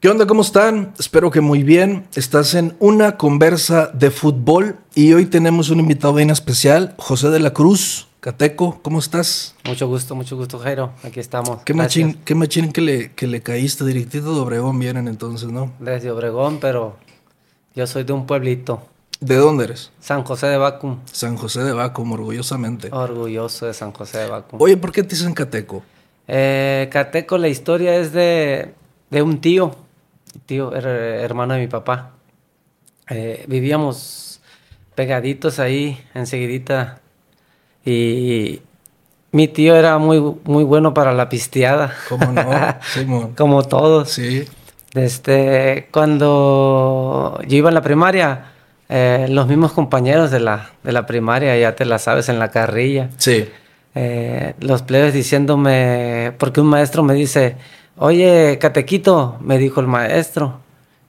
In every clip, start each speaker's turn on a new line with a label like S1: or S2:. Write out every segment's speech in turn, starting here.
S1: ¿Qué onda? ¿Cómo están? Espero que muy bien. Estás en una conversa de fútbol y hoy tenemos un invitado bien especial, José de la Cruz, Cateco. ¿Cómo estás?
S2: Mucho gusto, mucho gusto, Jairo. Aquí estamos.
S1: Qué
S2: Gracias.
S1: machín, qué machín que, le, que le caíste directito de Obregón, vienen entonces, ¿no?
S2: Desde Obregón, pero yo soy de un pueblito,
S1: ¿De dónde eres?
S2: San José de Bacum.
S1: San José de Bacum,
S2: Oh.
S1: orgullosamente.
S2: Orgulloso de San José de Bacum.
S1: Oye, ¿por qué te dicen Cateco?
S2: Eh, Cateco, la historia es de, de un tío, tío, her- hermano de mi papá. Eh, vivíamos pegaditos ahí, enseguidita. Y mi tío era muy, muy bueno para la pisteada,
S1: ¿Cómo no? Simón.
S2: como todos.
S1: Sí,
S2: Desde Este, cuando yo iba en la primaria, eh, los mismos compañeros de la, de la primaria, ya te la sabes, en la carrilla,
S1: sí.
S2: eh, los plebes diciéndome, porque un maestro me dice, oye, catequito, me dijo el maestro,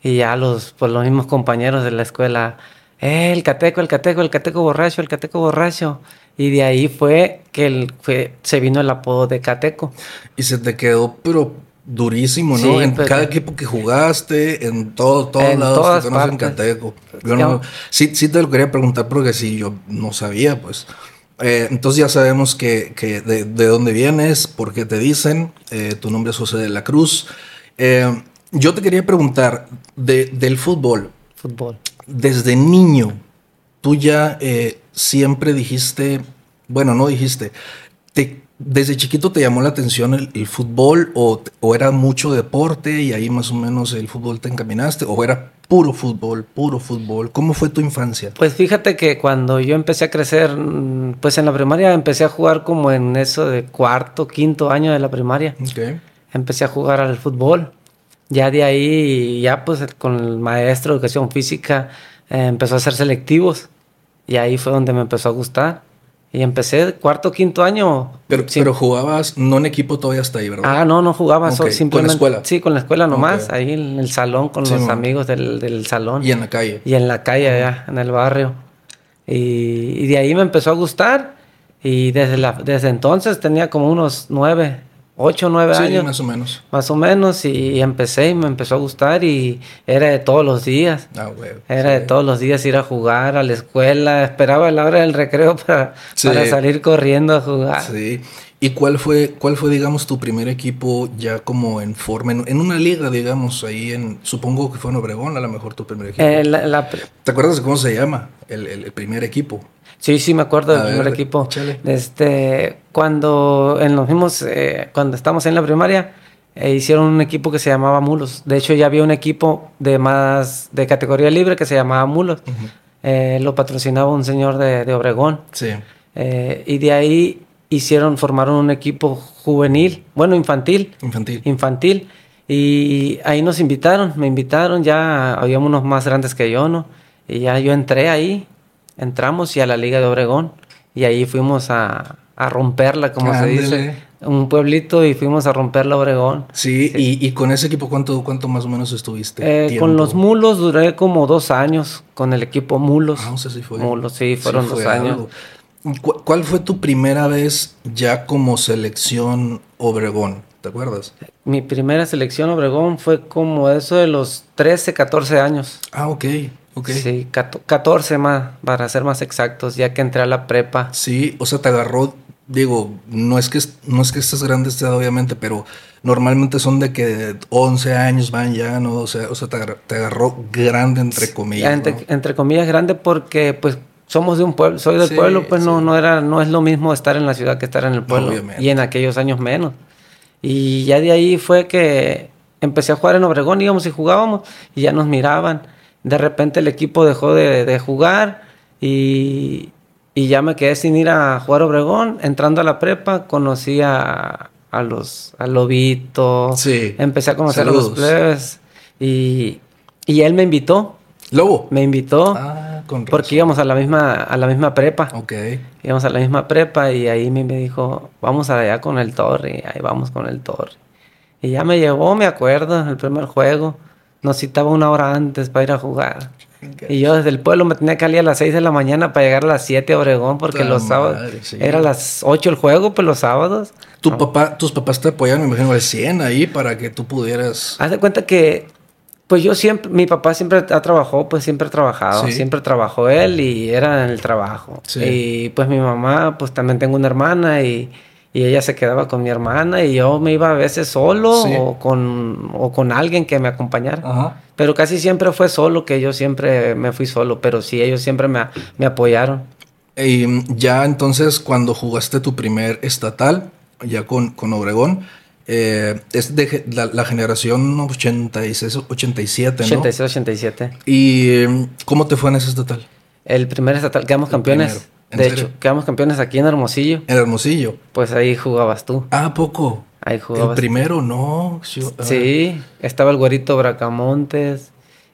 S2: y ya los, pues los mismos compañeros de la escuela, "Eh, el cateco, el cateco, el cateco borracho, el cateco borracho, y de ahí fue que el- fue- se vino el apodo de cateco.
S1: Y se te quedó, pero durísimo, ¿no?
S2: Sí,
S1: en
S2: pero-
S1: cada equipo que jugaste, en todo, todos
S2: En
S1: lados
S2: todas
S1: te conocen
S2: partes.
S1: Cateco. Yo no, sí, sí te lo quería preguntar porque sí, yo no sabía, pues. Eh, entonces ya sabemos que, que de, de dónde vienes, por qué te dicen, eh, tu nombre es José de la Cruz. Eh, yo te quería preguntar de- del fútbol,
S2: Fútbol.
S1: desde niño, tú ya eh, siempre dijiste, bueno, no dijiste, te- desde chiquito te llamó la atención el, el fútbol o, o era mucho deporte y ahí más o menos el fútbol te encaminaste o era puro fútbol, puro fútbol. ¿Cómo fue tu infancia?
S2: Pues fíjate que cuando yo empecé a crecer, mm, pues en la primaria empecé a jugar como en eso de cuarto, quinto año de la primaria.
S1: Ok.
S2: Empecé a jugar al fútbol. Ya de ahí, ya pues el- con el maestro de educación física eh, empezó a hacer selectivos. Y ahí fue donde me empezó a gustar. Y empecé cuarto, quinto año.
S1: Pero,
S2: sí.
S1: pero jugabas no en equipo todavía hasta ahí, ¿verdad?
S2: Ah, no, no jugaba, so-
S1: Ok, ¿con la
S2: simplemente.
S1: escuela?
S2: Sí, con la escuela nomás,
S1: Ok.
S2: ahí en el salón con
S1: Sí,
S2: los
S1: mamá.
S2: amigos del, del salón.
S1: Y en la calle.
S2: Y en la calle allá, en el barrio. Y, y de ahí me empezó a gustar. Y desde, la, desde entonces tenía como unos nueve, ocho, nueve
S1: Sí,
S2: años.
S1: más o menos.
S2: Más o menos. Y empecé y me empezó a gustar. Y era de todos los días.
S1: Ah, güey.
S2: Era de
S1: Sí.
S2: todos los días ir a jugar a la escuela. Esperaba la hora del recreo para,
S1: Sí.
S2: para salir corriendo a jugar.
S1: Sí. ¿Y cuál fue, cuál fue, digamos, tu primer equipo ya como en forma, en, en una liga, digamos, ahí en, supongo que fue en Obregón, a lo mejor tu primer equipo.
S2: Eh, la- la-
S1: ¿Te acuerdas de cómo se llama el, el- el primer equipo?
S2: Sí, sí, me acuerdo del
S1: A
S2: primer
S1: ver,
S2: equipo.
S1: échale.
S2: Este, cuando en los mismos, eh, cuando estábamos en la primaria, eh, hicieron un equipo que se llamaba Mulos. De hecho, ya había un equipo de más, de categoría libre que se llamaba Mulos. Eh, lo patrocinaba un señor de, de Obregón.
S1: Sí.
S2: Eh, y de ahí hicieron, formaron un equipo juvenil, bueno, infantil
S1: Infantil.
S2: infantil. Y ahí nos invitaron, me invitaron, ya había unos más grandes que yo, ¿no? Y ya yo entré ahí, entramos y a la Liga de Obregón. Y ahí fuimos a, a romperla, como se
S1: Ándele.
S2: dice, un pueblito y fuimos a romperla Obregón.
S1: Sí, Y, y con ese equipo, ¿cuánto, cuánto más o menos estuviste?
S2: Eh,
S1: Tiempo.
S2: con los mulos duré como dos años, con el equipo mulos.
S1: Ah, o sea, sí fue.
S2: Mulos, sí, fueron
S1: Sí fue
S2: dos años.
S1: algo. ¿Cu- ¿Cuál fue tu primera vez ya como selección Obregón? ¿Te acuerdas?
S2: Mi primera selección Obregón fue como eso de los 13, 14 años.
S1: Ah, ok, ok.
S2: Sí, cato- 14 más, para ser más exactos, ya que entré a la prepa.
S1: Sí, o sea, te agarró, digo, no es que, est- no es que estés grande esta edad, obviamente, pero normalmente son de que 11 años van ya, ¿no? O sea, o sea te, agarró, te agarró grande, entre comillas,
S2: Ya entre,
S1: ¿no?
S2: entre comillas grande porque pues somos de un pueblo, soy del
S1: Sí,
S2: pueblo, pues no,
S1: sí.
S2: no era, no es lo mismo estar en la ciudad que estar en el pueblo.
S1: Obviamente.
S2: Y en aquellos años menos. Y ya de ahí fue que empecé a jugar en Obregón, íbamos y jugábamos y ya nos miraban. De repente el equipo dejó de, de jugar y, y ya me quedé sin ir a jugar a Obregón. Entrando a la prepa conocí a, a los, a Lobito,
S1: Sí.
S2: empecé a conocer a los
S1: Saludos.
S2: plebes y, y él me invitó.
S1: Lobo.
S2: Me invitó
S1: Ah, con razón.
S2: porque íbamos a la misma, a la misma prepa.
S1: Ok.
S2: Íbamos a la misma prepa y ahí me me dijo, vamos allá con el Torre, y ahí vamos con el Torre. Y ya me llevó, me acuerdo, el primer juego. Nos citaba una hora antes para ir a jugar. Y yo desde el pueblo me tenía que salir a las 6 de la mañana para llegar a las 7 a Obregón porque
S1: Puta
S2: los sábados
S1: madre, sí.
S2: era a las 8 el juego, pues los sábados.
S1: Tu papá, tus papás te apoyaron, me imagino, al 100 ahí para que tú pudieras.
S2: Haz de cuenta que Pues yo siempre, mi papá siempre ha trabajado, pues siempre ha trabajado,
S1: Sí.
S2: siempre trabajó él y era en el trabajo.
S1: Sí.
S2: Y pues mi mamá, pues también tengo una hermana y, y ella se quedaba con mi hermana y yo me iba a veces solo
S1: Sí. Ah.
S2: o, con, o con alguien que me acompañara.
S1: Ajá.
S2: Pero casi siempre fue solo, que yo siempre me fui solo, pero sí, ellos siempre me, a- me apoyaron.
S1: Y mm, ya entonces cuando jugaste tu primer estatal, ya con, con Obregón, eh, es de ge- la, la generación 86, 87, ¿no?
S2: 86-87.
S1: ¿Y mm, cómo te fue en ese estatal?
S2: El primer estatal, quedamos
S1: El
S2: campeones.
S1: primero. ¿En
S2: De
S1: serio?
S2: hecho, quedamos campeones aquí en Hermosillo.
S1: En Hermosillo.
S2: Pues ahí jugabas tú.
S1: Ah, ¿a poco.
S2: Ahí
S1: El
S2: jugabas
S1: primero, no. Sí. ah,
S2: Sí, estaba el güerito Bracamontes,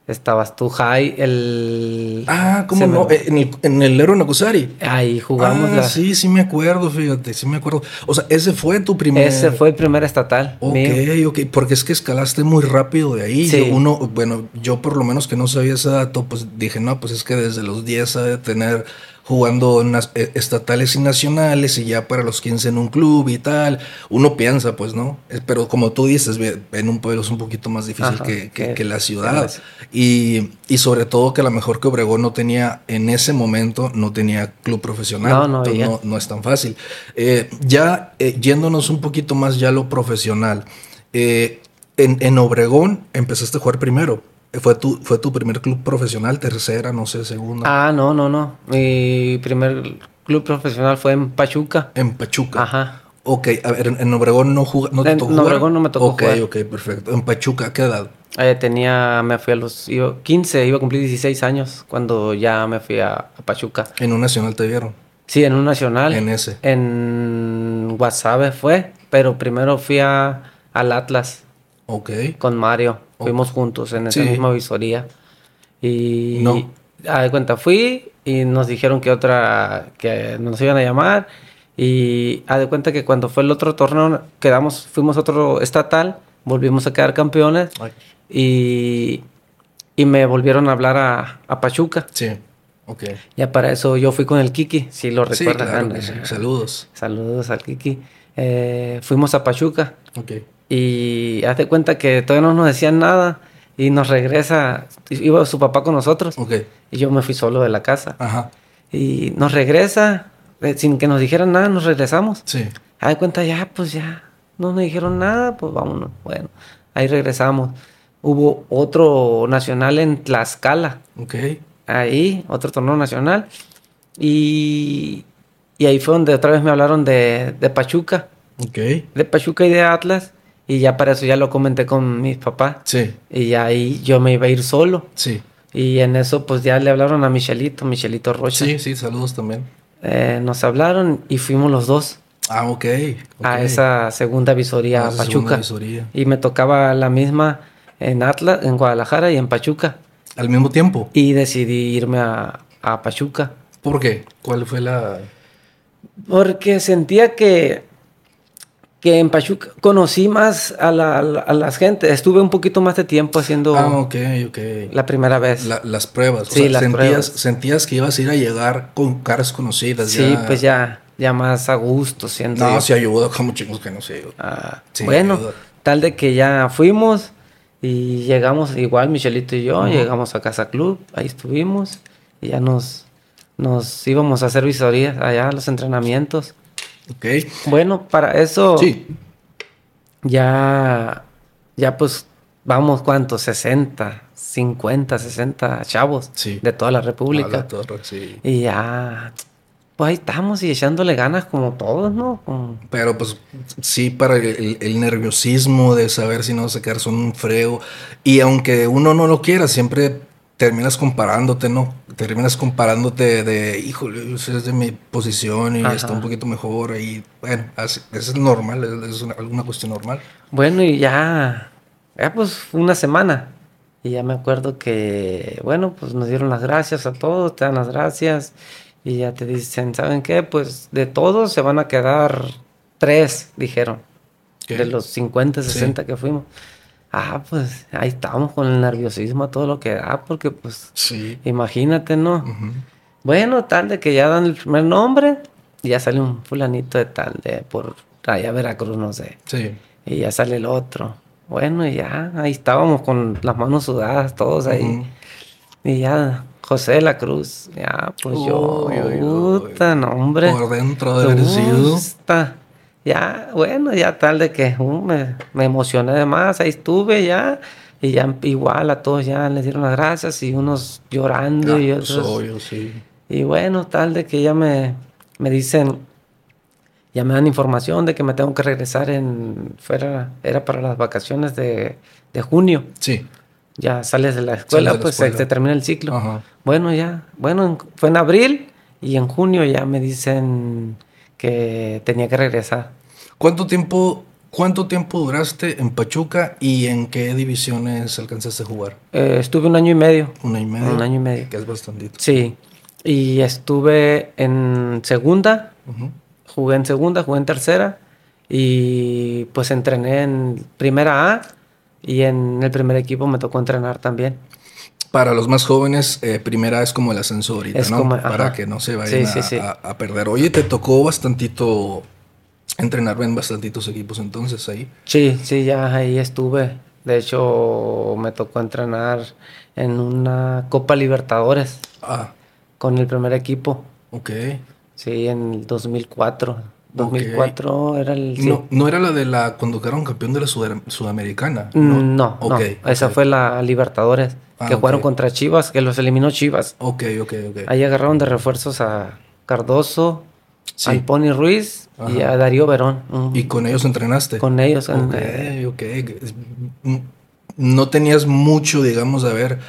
S2: estabas tú, Jai, el...
S1: Ah, ¿cómo
S2: se me-
S1: no? Eh, En el, en el Héroe Nacusari.
S2: Ahí jugamos
S1: Ah,
S2: la...
S1: sí, sí me acuerdo, fíjate, sí me acuerdo. O sea, ese fue tu primer...
S2: Ese fue el primer estatal
S1: Ok,
S2: mío.
S1: ok, porque es que escalaste muy rápido de ahí.
S2: Sí.
S1: Yo uno, bueno, yo por lo menos que no sabía ese dato, pues dije, no, pues es que desde los 10 ha de tener jugando nas- eh, estatales y nacionales y ya para los 15 en un club y tal. Uno piensa, pues, ¿no? Es- Pero como tú dices, ve- en un pueblo es un poquito más difícil
S2: Ajá,
S1: que, que-
S2: que-
S1: que la
S2: que
S1: ciudad.
S2: la ci-
S1: Y, y sobre todo que a lo mejor que Obregón no tenía, en ese momento, no tenía club profesional.
S2: No, no
S1: Entonces,
S2: había.
S1: no, no es tan fácil. Eh, ya eh, yéndonos un poquito más ya a lo profesional, eh, en, en Obregón empezaste a jugar primero. Eh, Fue tu, fue tu primer club profesional, tercera, no sé, segunda,
S2: Ah, no, no, no. Mi primer club profesional fue en Pachuca.
S1: en Pachuca.
S2: Ajá.
S1: Ok, a ver, en, en Obregón no juga- no te
S2: Ah. En-
S1: tocó
S2: en
S1: jugar.
S2: Obregón no me tocó
S1: Ok,
S2: jugar.
S1: ok, perfecto. En Pachuca, ¿a ¿qué edad?
S2: Eh, tenía, me fui a los iba- 15, iba a cumplir 16 años cuando ya me fui a, a Pachuca.
S1: En un nacional te vieron.
S2: Sí, en un nacional.
S1: En ese.
S2: En Guasave fue, pero primero fui a, al Atlas.
S1: Ok.
S2: con Mario. Fuimos juntos en esa
S1: Sí.
S2: misma visoría. Y
S1: No.
S2: a de cuenta fui y nos dijeron que otra que nos iban a llamar y a de cuenta que cuando fue el otro torneo quedamos fuimos otro estatal, volvimos a quedar campeones y y me volvieron a hablar a, a Pachuca.
S1: Sí, ok.
S2: Ya para eso yo fui con el Kiki, si lo
S1: Sí,
S2: recuerdan.
S1: claro que sí. Saludos.
S2: Saludos al Kiki. Eh, fuimos a Pachuca.
S1: Ok.
S2: Y haz de cuenta que todavía no nos decían nada y nos regresa, iba su papá con nosotros
S1: Ok.
S2: y yo me fui solo de la casa.
S1: Ajá.
S2: Y nos regresa, eh, sin que nos dijeran nada, nos regresamos.
S1: Sí.
S2: Haz de cuenta, ya, pues ya, no nos dijeron nada, pues vámonos. Bueno, ahí regresamos. Hubo otro nacional en Tlaxcala,
S1: Ok.
S2: ahí, otro torneo nacional. Y, y ahí fue donde otra vez me hablaron de, de Pachuca
S1: Ok.
S2: de Pachuca y de Atlas. Y ya para eso ya lo comenté con mis papás.
S1: Sí.
S2: Y ya ahí yo me iba a ir solo.
S1: Sí.
S2: Y en eso pues ya le hablaron a Michelito, Michelito Rocha.
S1: Sí, sí, saludos también.
S2: Eh, nos hablaron y fuimos los dos
S1: Ah, ok.
S2: a
S1: ok.
S2: esa segunda
S1: A
S2: visoría a
S1: esa segunda
S2: Pachuca.
S1: visoría.
S2: Y me tocaba la misma en Atlas, en Guadalajara y en Pachuca.
S1: Al mismo tiempo.
S2: Y decidí irme a, a Pachuca.
S1: ¿Por qué? ¿Cuál fue la...?
S2: Porque sentía que, que en Pachuca conocí más a la, a la- a las gente. Estuve un poquito más de tiempo haciendo...
S1: Ah, ok, ok.
S2: La primera vez.
S1: La- las pruebas. O
S2: Sí,
S1: sea,
S2: las
S1: sentías,
S2: pruebas.
S1: sentías que ibas a ir a llegar con caras conocidas.
S2: sí, pues ya, ya más a gusto, siento.
S1: No,
S2: yo.
S1: se ayudó como chicos que no se ayudó.
S2: Ah,
S1: Sí,
S2: bueno,
S1: ayuda.
S2: tal de que ya fuimos y llegamos, igual Michelito y yo, llegamos a Casa Club, ahí estuvimos y ya nos, nos íbamos a hacer visorías allá, a los entrenamientos.
S1: Ok.
S2: Bueno, para eso
S1: Sí.
S2: ya, ya pues vamos, ¿cuántos? 60, 50, 60 chavos
S1: Sí.
S2: de toda la República.
S1: A la torre, sí.
S2: Y ya, pues ahí estamos y echándole ganas como todos, ¿no? Como-
S1: Pero pues sí, para el, el- el nerviosismo de saber si no vas a quedar son un freo. Y aunque uno no lo quiera, siempre terminas comparándote, ¿no? Terminas comparándote de, híjole, yo sé, es de mi posición y
S2: Ajá.
S1: está un poquito mejor. Y bueno, así- eso es normal, es, es una- alguna cuestión normal.
S2: Bueno, y ya, ya pues una semana. Y ya me acuerdo que, bueno, pues nos dieron las gracias a todos, te dan las gracias. Y ya te dicen, ¿saben qué? Pues de todos se van a quedar tres, dijeron.
S1: ¿Qué?
S2: De los 50,
S1: Sí.
S2: 60 que fuimos. Ah, pues ahí estábamos con el nerviosismo a todo lo que da, porque pues
S1: Sí.
S2: imagínate, ¿no?
S1: Ujú.
S2: Bueno, tal de que ya dan el primer nombre y ya sale un fulanito de tal de por allá Veracruz, no sé.
S1: Sí.
S2: Y ya sale el otro. Bueno, y ya, ahí estábamos con las manos sudadas todos ahí. Y ya, José de la Cruz, ya, pues yo,
S1: Uy, uy, uy.
S2: puta, no, hombre.
S1: Por dentro de haber sido.
S2: Gusta. Ya, bueno, ya tal de que uh, me, me emocioné de más, ahí estuve ya. Y ya igual a todos ya les dieron las gracias y unos llorando y
S1: Ah, pues,
S2: otros...
S1: obvio, sí.
S2: Y bueno, tal de que ya me, me dicen, ya me dan información de que me tengo que regresar en, fuera, era para las vacaciones de, de junio.
S1: Sí.
S2: Ya sales de la escuela,
S1: de la
S2: pues se-
S1: escuela.
S2: se termina el ciclo.
S1: Ajá.
S2: Bueno, ya, bueno, en- fue en abril y en junio ya me dicen que tenía que regresar.
S1: ¿Cuánto tiempo, ¿Cuánto tiempo duraste en Pachuca y en qué divisiones alcanzaste a jugar?
S2: Eh, estuve un año y medio.
S1: ¿Un año y medio?
S2: Un año y medio.
S1: Que es bastantito.
S2: Sí. Y estuve en segunda,
S1: Ujú.
S2: jugué en segunda, jugué en tercera y pues entrené en primera A y en el primer equipo me tocó entrenar también.
S1: Para los más jóvenes, eh, primera es como el ascenso ahorita,
S2: Es
S1: ¿no?
S2: como-
S1: Para
S2: ajá.
S1: que no se
S2: Sí,
S1: vayan
S2: sí,
S1: a,
S2: sí.
S1: a- a perder. Oye, te tocó bastantito entrenar en bastantitos equipos entonces ahí.
S2: Sí, sí, ya ahí estuve. De hecho, me tocó entrenar en una Copa Libertadores
S1: Ah,
S2: con el primer equipo.
S1: ok.
S2: Sí, en el 2004. 2004 era el... sí.
S1: No, no era la de la cuando quedaron campeón de la Sudam- Sudamericana.
S2: No, no,
S1: Ok.
S2: esa
S1: ok.
S2: fue la Libertadores,
S1: Ah,
S2: que jugaron
S1: ok.
S2: contra Chivas, que los eliminó Chivas.
S1: Ok, ok, ok.
S2: Ahí agarraron de refuerzos a Cardoso,
S1: Sí.
S2: al Pony Ruiz y
S1: Ajá.
S2: a Darío Verón. Mm,
S1: ¿Y con ellos entrenaste?
S2: con ellos. en-
S1: Ok,
S2: eh,
S1: ok. Mm, No tenías mucho, digamos, de haber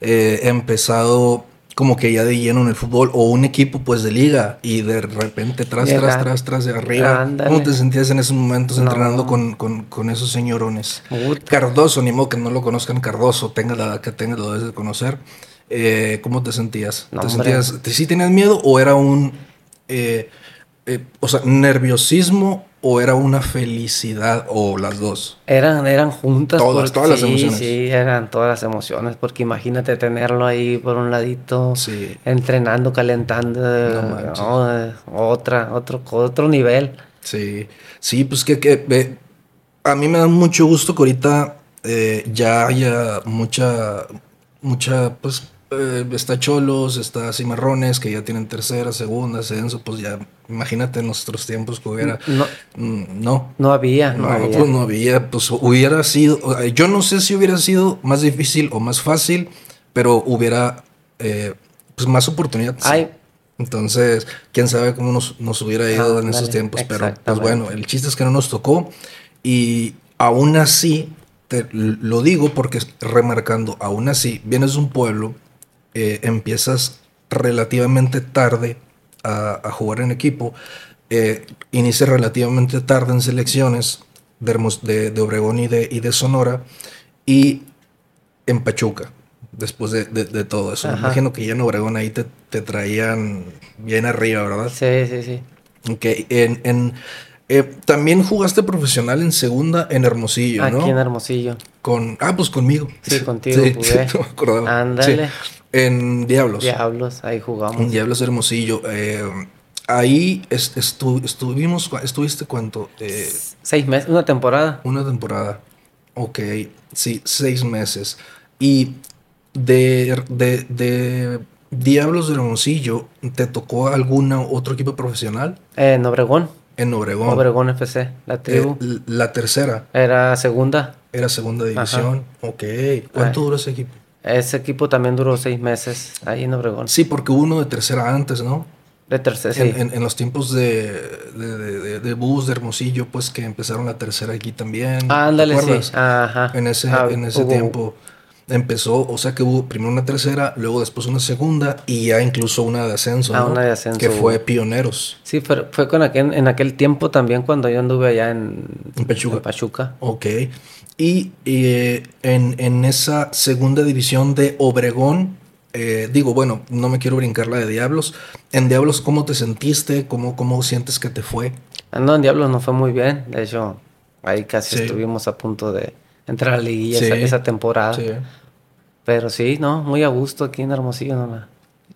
S1: eh, empezado como que ya de lleno en el fútbol o un equipo pues de liga y de repente tras, tras,
S2: Llegar.
S1: tras, tras de arriba.
S2: Ándale.
S1: ¿Cómo te sentías en esos momentos
S2: No.
S1: entrenando con, con- con esos señorones?
S2: puta.
S1: Cardoso, ni modo que no lo conozcan, Cardoso, tenga la edad que tenga, lo debes de conocer. Eh, ¿Cómo te sentías?
S2: No,
S1: ¿Te
S2: hombre.
S1: sentías, te- sí tenías miedo o era un, eh, eh, o sea, nerviosismo o era una felicidad o las dos?
S2: Eran, eran juntas.
S1: Todas, todas las
S2: sí,
S1: emociones.
S2: Sí, eran todas las emociones, porque imagínate tenerlo ahí por un ladito,
S1: Sí,
S2: entrenando, calentando, eh,
S1: No manches.
S2: no, eh, otra, otro, otro nivel.
S1: sí, sí, pues que, que, eh, a mí me da mucho gusto que ahorita eh, ya haya mucha, mucha, pues eh, está Cholos, está Cimarrones, que ya tienen tercera, segunda, ascenso, pues ya imagínate en nuestros tiempos que hubiera,
S2: No,
S1: Mm, no,
S2: no había, no,
S1: No,
S2: había.
S1: pues no había, pues hubiera sido, o- yo no sé si hubiera sido más difícil o más fácil, pero hubiera eh, pues más oportunidades.
S2: Ay,
S1: Entonces, quién sabe cómo nos, nos hubiera ido en esos
S2: Ándale,
S1: tiempos, pero pues
S2: exactamente.
S1: bueno, el chiste es que no nos tocó y aún así, te lo digo porque es remarcando, aún así, vienes de un pueblo, eh, empiezas relativamente tarde a, a jugar en equipo, eh, inicias relativamente tarde en selecciones de, Hermos- de, de Obregón y de, y de Sonora y en Pachuca. Después de, de- de todo eso, me
S2: Ajá.
S1: imagino que ya en Obregón ahí te, te traían bien arriba, ¿verdad?
S2: sí, sí, sí.
S1: Ok, en, en, eh, también jugaste profesional en segunda en Hermosillo,
S2: Aquí
S1: ¿no?
S2: en Hermosillo.
S1: Con, ah, pues conmigo.
S2: Sí, contigo jugué.
S1: no me acordaba.
S2: Ándale.
S1: Sí, En Diablos.
S2: Diablos, ahí jugamos.
S1: En Diablos de Hermosillo. eh, ahí es- estu- estuvimos, cua- estuviste cuánto? Eh,
S2: Seis meses, una temporada.
S1: una temporada. Ok, sí, seis meses. Y de, de, de Diablos de Hermosillo, ¿te tocó algún otro equipo profesional?
S2: En Obregón,
S1: En Obregón.
S2: Obregón FC, la
S1: Eh,
S2: tribu.
S1: l- la tercera
S2: Era segunda.
S1: era segunda división. Ok. ¿Cuánto
S2: Ay.
S1: duró ese equipo?
S2: Ese equipo también duró seis meses ahí en Obregón.
S1: Sí, porque hubo uno de tercera antes, ¿no?
S2: De tercera, sí.
S1: En, en- en los tiempos de, de, de- de- de Bus, de Hermosillo, pues que empezaron la tercera aquí también.
S2: Ah,
S1: ¿te
S2: ándale,
S1: acuerdas?
S2: sí. Ajá.
S1: En ese,
S2: Ah,
S1: en ese
S2: hubo-
S1: tiempo empezó, o sea que hubo primero una tercera, luego después una segunda y ya incluso una de ascenso.
S2: Ah,
S1: ¿no?
S2: una de ascenso
S1: Que
S2: hubo.
S1: fue Pioneros.
S2: Sí, pero fue con aquel, en aquel tiempo también cuando yo anduve allá en,
S1: En Pachuca.
S2: en Pachuca.
S1: Ok. Y eh, en, en esa segunda división de Obregón, eh, digo, bueno, no me quiero brincar la de Diablos. En Diablos, ¿cómo te sentiste? ¿Cómo, cómo sientes que te fue?
S2: Ah, no, en Diablos no fue muy bien. De hecho, ahí casi
S1: Sí.
S2: estuvimos a punto de entrar a la liguilla esa,
S1: Sí.
S2: esa temporada.
S1: Sí.
S2: Pero sí, no, muy a gusto aquí en Hermosillo nomás.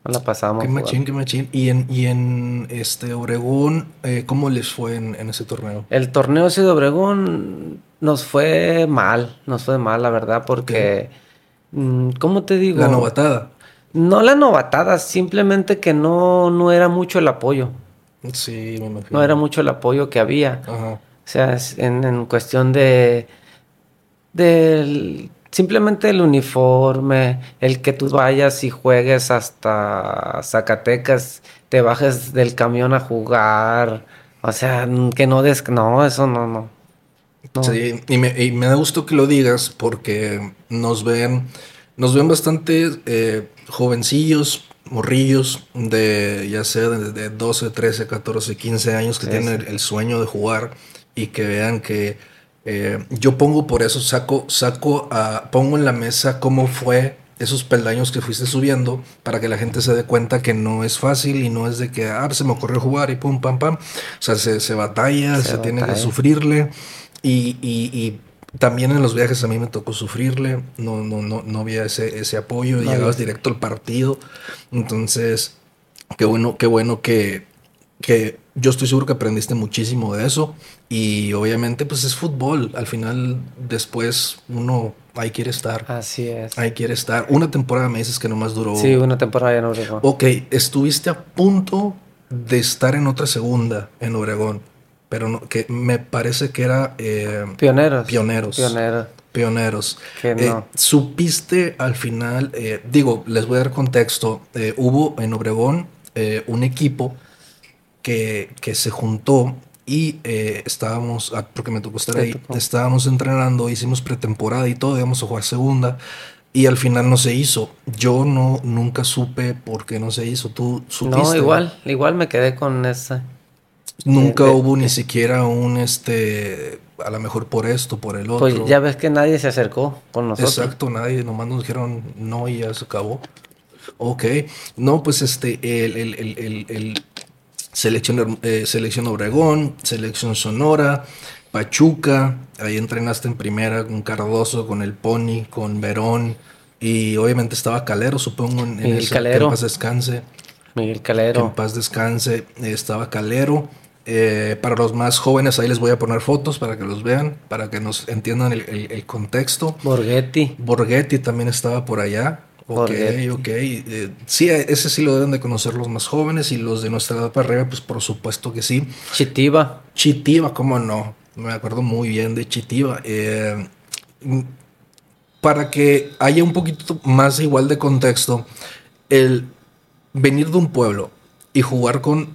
S2: Nos la pasamos.
S1: Qué machín, qué machín. Y en, y en este Obregón, eh, ¿cómo les fue en, en ese torneo?
S2: El torneo ese de Obregón nos fue mal, nos fue mal, la verdad, porque, mm, ¿cómo te digo?
S1: La novatada.
S2: No la novatada, simplemente que no, no era mucho el apoyo.
S1: Sí, me imagino.
S2: No era mucho el apoyo que había.
S1: Ajá.
S2: O sea, es en, en cuestión de, del- simplemente el uniforme, el que tú vayas y juegues hasta Zacatecas, te bajes del camión a jugar. O sea, mm, que no des... No, eso no, no. No.
S1: Sí, y me, y me da gusto que lo digas porque nos ven, nos ven bastante eh, jovencillos, morrillos, de ya sea de, de 12, 13, 14, 15 años que
S2: Sí,
S1: tienen
S2: sí.
S1: El, el sueño de jugar y que vean que eh, yo pongo por eso, saco, saco a, pongo en la mesa cómo fue esos peldaños que fuiste subiendo para que la gente se dé cuenta que no es fácil y no es de que, ah, se me ocurrió jugar y pum, pam, pam. O sea, se, se batalla,
S2: Se
S1: se, tiene que
S2: batalla.
S1: sufrirle. Y, y- y también en los viajes a mí me tocó sufrirle. No, no, no, no había ese, ese apoyo.
S2: No había.
S1: Llegabas directo al partido. Entonces, qué bueno, qué bueno que, que yo estoy seguro que aprendiste muchísimo de eso. Y obviamente, pues es fútbol. Al final, después uno ahí quiere estar.
S2: Así es.
S1: Ahí quiere estar. Una temporada me dices que nomás duró.
S2: Sí, una temporada en Obregón.
S1: Ok, estuviste a punto de estar en otra segunda en Obregón, pero no, que me parece que era eh,
S2: Pioneros.
S1: Pioneros.
S2: Pioneros.
S1: pioneros.
S2: Que
S1: Eh,
S2: no.
S1: supiste al final, eh, digo, les voy a dar contexto, eh, hubo en Obregón eh, un equipo que, que se juntó y eh, estábamos, ah, porque me tocó estar
S2: Te
S1: ahí,
S2: tocó.
S1: estábamos entrenando, hicimos pretemporada y todo, íbamos a jugar segunda y al final no se hizo. Yo no, nunca supe por qué no se hizo, tú supiste.
S2: No, igual, Eh, igual me quedé con esa.
S1: Nunca
S2: De- de-
S1: hubo ni siquiera un, este, a lo mejor por esto, por el otro.
S2: Pues ya ves que nadie se acercó con nosotros.
S1: Exacto, nadie, nomás nos dijeron no y ya se acabó. Ok, no, pues este, el, el, el, el- el selección, Herm- eh, selección Obregón, selección Sonora, Pachuca, ahí entrenaste en primera con Cardoso, con el Pony, con Verón y obviamente estaba Calero, supongo, en, en
S2: Miguel
S1: ese- que
S2: Calero.
S1: en paz descanse.
S2: Miguel
S1: Que en
S2: Calero.
S1: paz descanse, eh, estaba Calero. Eh, para los más jóvenes, ahí les voy a poner fotos para que los vean, para que nos entiendan el- el- el contexto.
S2: Borghetti.
S1: Borghetti también estaba por allá. Ok,
S2: Borghetti.
S1: ok. Eh, sí, ese sí lo deben de conocer los más jóvenes y los de nuestra edad para arriba, pues por supuesto que sí.
S2: Chitiba.
S1: Chitiba, cómo no. Me acuerdo muy bien de Chitiba. Eh, mm, para que haya un poquito más igual de contexto, el venir de un pueblo y jugar con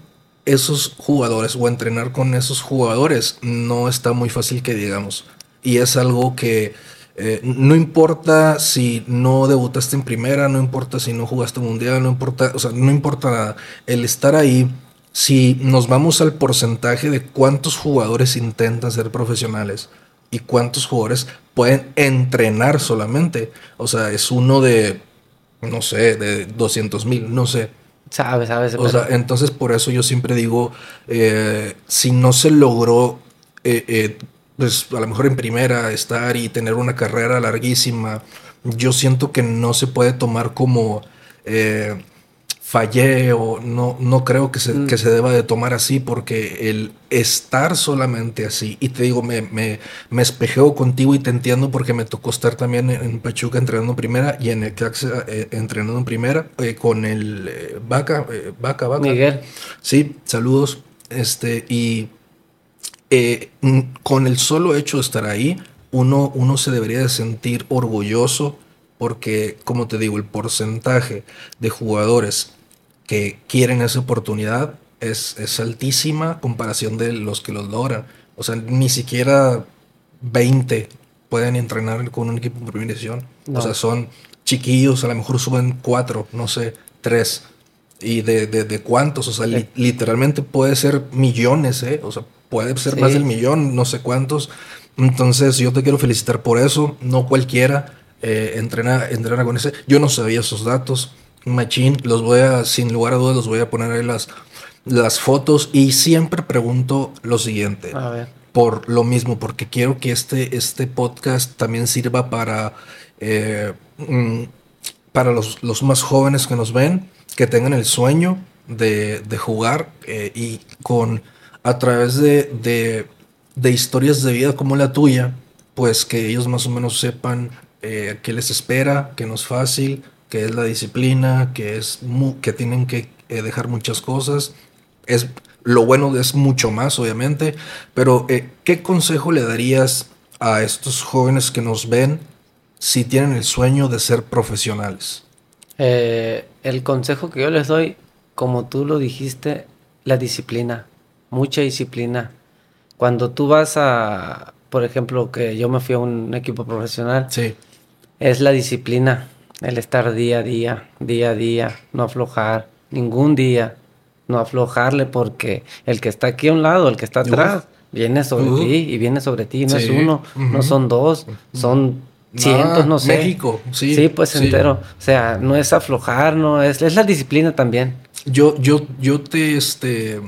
S1: esos jugadores o entrenar con esos jugadores no está muy fácil que digamos. Y es algo que eh, no importa si no debutaste en primera, no importa si no jugaste mundial, no importa, o sea, no importa nada. El estar ahí, si nos vamos al porcentaje de cuántos jugadores intentan ser profesionales y cuántos jugadores pueden entrenar solamente, o sea, es uno de, no sé, de 200 mil, no sé.
S2: Sabe, sabe.
S1: O sea, entonces por eso yo siempre digo, eh, si no se logró, eh, eh, pues a lo mejor en primera estar y tener una carrera larguísima, yo siento que no se puede tomar como eh, fallé o no, no creo que se,
S2: Mm.
S1: que se deba de tomar así porque el estar solamente así, y te digo, me, me, me espejeo contigo y te entiendo porque me tocó estar también en, en Pachuca entrenando en primera y en el Caxa eh, entrenando en primera eh, con el eh, Vaca, eh, Vaca, Vaca.
S2: Miguel.
S1: Sí, saludos. Este, y eh, n- con el solo hecho de estar ahí, uno, uno se debería de sentir orgulloso porque, como te digo, el porcentaje de jugadores que quieren esa oportunidad es, es altísima a comparación de los que los logran. O sea, ni siquiera 20 pueden entrenar con un equipo en primera división.
S2: No.
S1: O sea, son chiquillos, a lo mejor suben cuatro, no sé, tres. ¿Y de, de- de cuántos? O sea, li-
S2: Sí.
S1: literalmente puede ser millones, ¿eh? O sea, puede ser
S2: Sí.
S1: más del millón, no sé cuántos. Entonces, yo te quiero felicitar por eso. No cualquiera eh, entrena, entrena con ese. Yo no sabía esos datos. Machín, los voy a, sin lugar a dudas, los voy a poner ahí las, las fotos. Y siempre pregunto lo siguiente
S2: A ver.
S1: por lo mismo, porque quiero que este, este podcast también sirva para, eh, mm, para los, los más jóvenes que nos ven, que tengan el sueño de, de jugar eh, y con a través de, de, de, historias de vida como la tuya, pues que ellos más o menos sepan eh, qué les espera, que no es fácil, que es la disciplina, que, es mu que tienen que eh, dejar muchas cosas. Es, lo bueno es mucho más, obviamente, pero eh, ¿qué consejo le darías a estos jóvenes que nos ven si tienen el sueño de ser profesionales?
S2: Eh, el consejo que yo les doy, como tú lo dijiste, la disciplina, mucha disciplina. Cuando tú vas a, por ejemplo, que yo me fui a un equipo profesional,
S1: sí.
S2: es la disciplina, el estar día a día, día a día, no aflojar, ningún día, no aflojarle porque el que está aquí a un lado, el que está atrás, viene sobre uh -huh. ti y viene sobre ti, no sí. es uno, uh -huh. no son dos, son cientos, ah, no sé.
S1: México, sí.
S2: Sí, pues sí. entero. O sea, no es aflojar, no es, es la disciplina también.
S1: Yo, yo, yo te, este,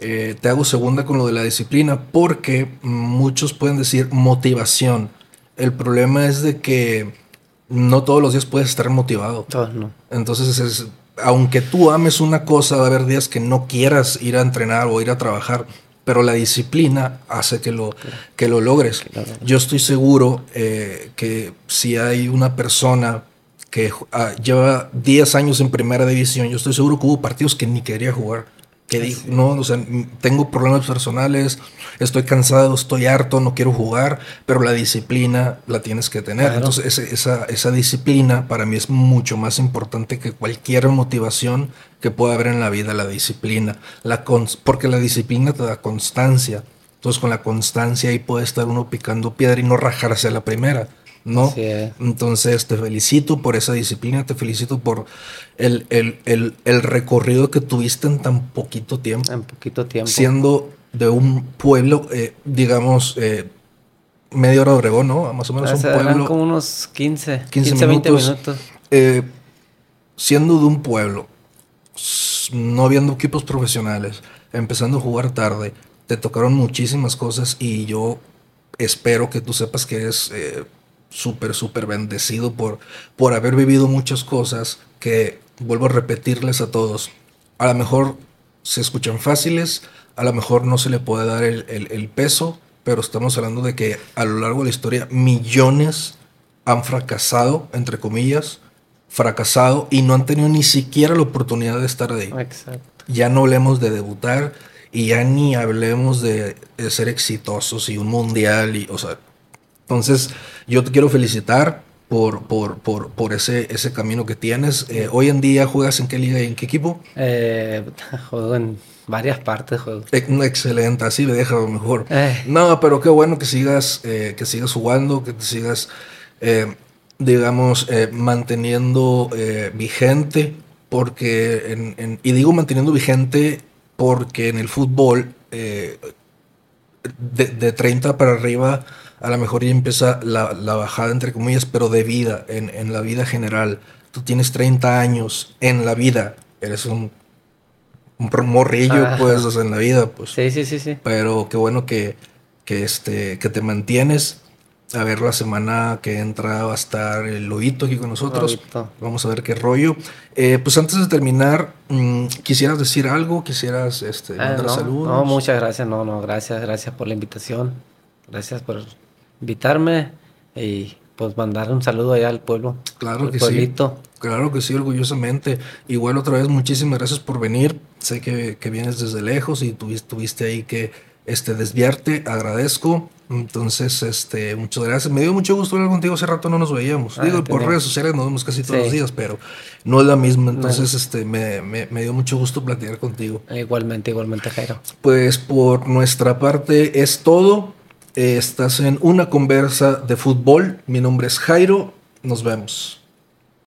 S1: eh, te hago segunda con lo de la disciplina porque muchos pueden decir motivación. El problema es de que no todos los días puedes estar motivado.
S2: Todos no.
S1: Entonces es, aunque tú ames una cosa, va a haber días que no quieras ir a entrenar o ir a trabajar pero la disciplina hace que lo, que lo logres. Yo estoy seguro eh, que si hay una persona que ah, lleva 10 años en primera división, yo estoy seguro que hubo partidos que ni quería jugar. Que dijo, no, o sea, tengo problemas personales, estoy cansado, estoy harto, no quiero jugar, pero la disciplina la tienes que tener. Claro. Entonces, esa, esa, esa disciplina para mí es mucho más importante que cualquier motivación que pueda haber en la vida, la disciplina. La porque la disciplina te da constancia. Entonces, con la constancia ahí puede estar uno picando piedra y no rajarse a la primera. ¿no?
S2: Sí, eh.
S1: Entonces te felicito por esa disciplina, te felicito por el, el, el, el, recorrido que tuviste en tan poquito tiempo.
S2: En poquito tiempo.
S1: Siendo de un pueblo, eh, digamos, eh, media hora de Obregón, ¿no? Más o menos o sea, un pueblo.
S2: Ah, como unos 15, 15, 15 minutos,
S1: 20 minutos. siendo de un pueblo, no habiendo equipos profesionales, empezando a jugar tarde, te tocaron muchísimas cosas y yo espero que tú sepas que eres eh, súper, súper bendecido por, por haber vivido muchas cosas que vuelvo a repetirles a todos. A lo mejor se escuchan fáciles, a lo mejor no se le puede dar el, el, el peso, pero estamos hablando de que a lo largo de la historia millones han fracasado, entre comillas, fracasado y no han tenido ni siquiera la oportunidad de estar ahí.
S2: Exacto.
S1: Ya no hablemos de debutar y ya ni hablemos de, de ser exitosos y un mundial y, o sea, entonces, yo te quiero felicitar por, por, por, por ese, ese camino que tienes. Eh, hoy en día, ¿juegas en qué liga y en qué equipo?
S2: Eh, juego en varias partes. Juego. Eh,
S1: Eh, excelente, así me deja mejor. No, pero qué bueno que sigas, eh, que sigas jugando, que te sigas, eh, digamos, eh, manteniendo eh, vigente. Porque, en, en, y digo manteniendo vigente porque en el fútbol de, de 30 para arriba a lo mejor ya empieza la, la, bajada, entre comillas, pero de vida, en, en, la vida general. Tú tienes 30 años en la vida, eres un, un morrillo, ah. pues, o sea, en la vida, pues.
S2: Sí, sí, sí, sí.
S1: Pero qué bueno que, que, este, que te mantienes. A ver, la semana que entra va a estar el lobito aquí con nosotros. Lobito. Vamos a ver qué rollo. Eh, pues antes de terminar, mm, ¿quisieras decir algo? ¿Quisieras este, mandar eh,
S2: Ah, no,
S1: saludos?
S2: No, muchas gracias. No, no, gracias, gracias por la invitación. Gracias por invitarme y pues mandar un saludo allá al pueblo.
S1: Claro
S2: al
S1: que pueblito. sí. Claro que sí, orgullosamente. Igual otra vez, muchísimas gracias por venir. Sé que, que vienes desde lejos y tuviste, tuviste, ahí que este, desviarte. Agradezco. Entonces, este, muchas gracias. Me dio mucho gusto hablar contigo. Hace rato no nos veíamos. Ah, Digo, por redes sociales nos vemos casi todos sí. los días, pero no es la misma. Entonces, no. este, me, me, me, dio mucho gusto platicar contigo.
S2: Igualmente, igualmente, Jairo.
S1: Pues por nuestra parte es todo. Eh, Estás en una conversa de fútbol. Mi nombre es Jairo. Nos vemos.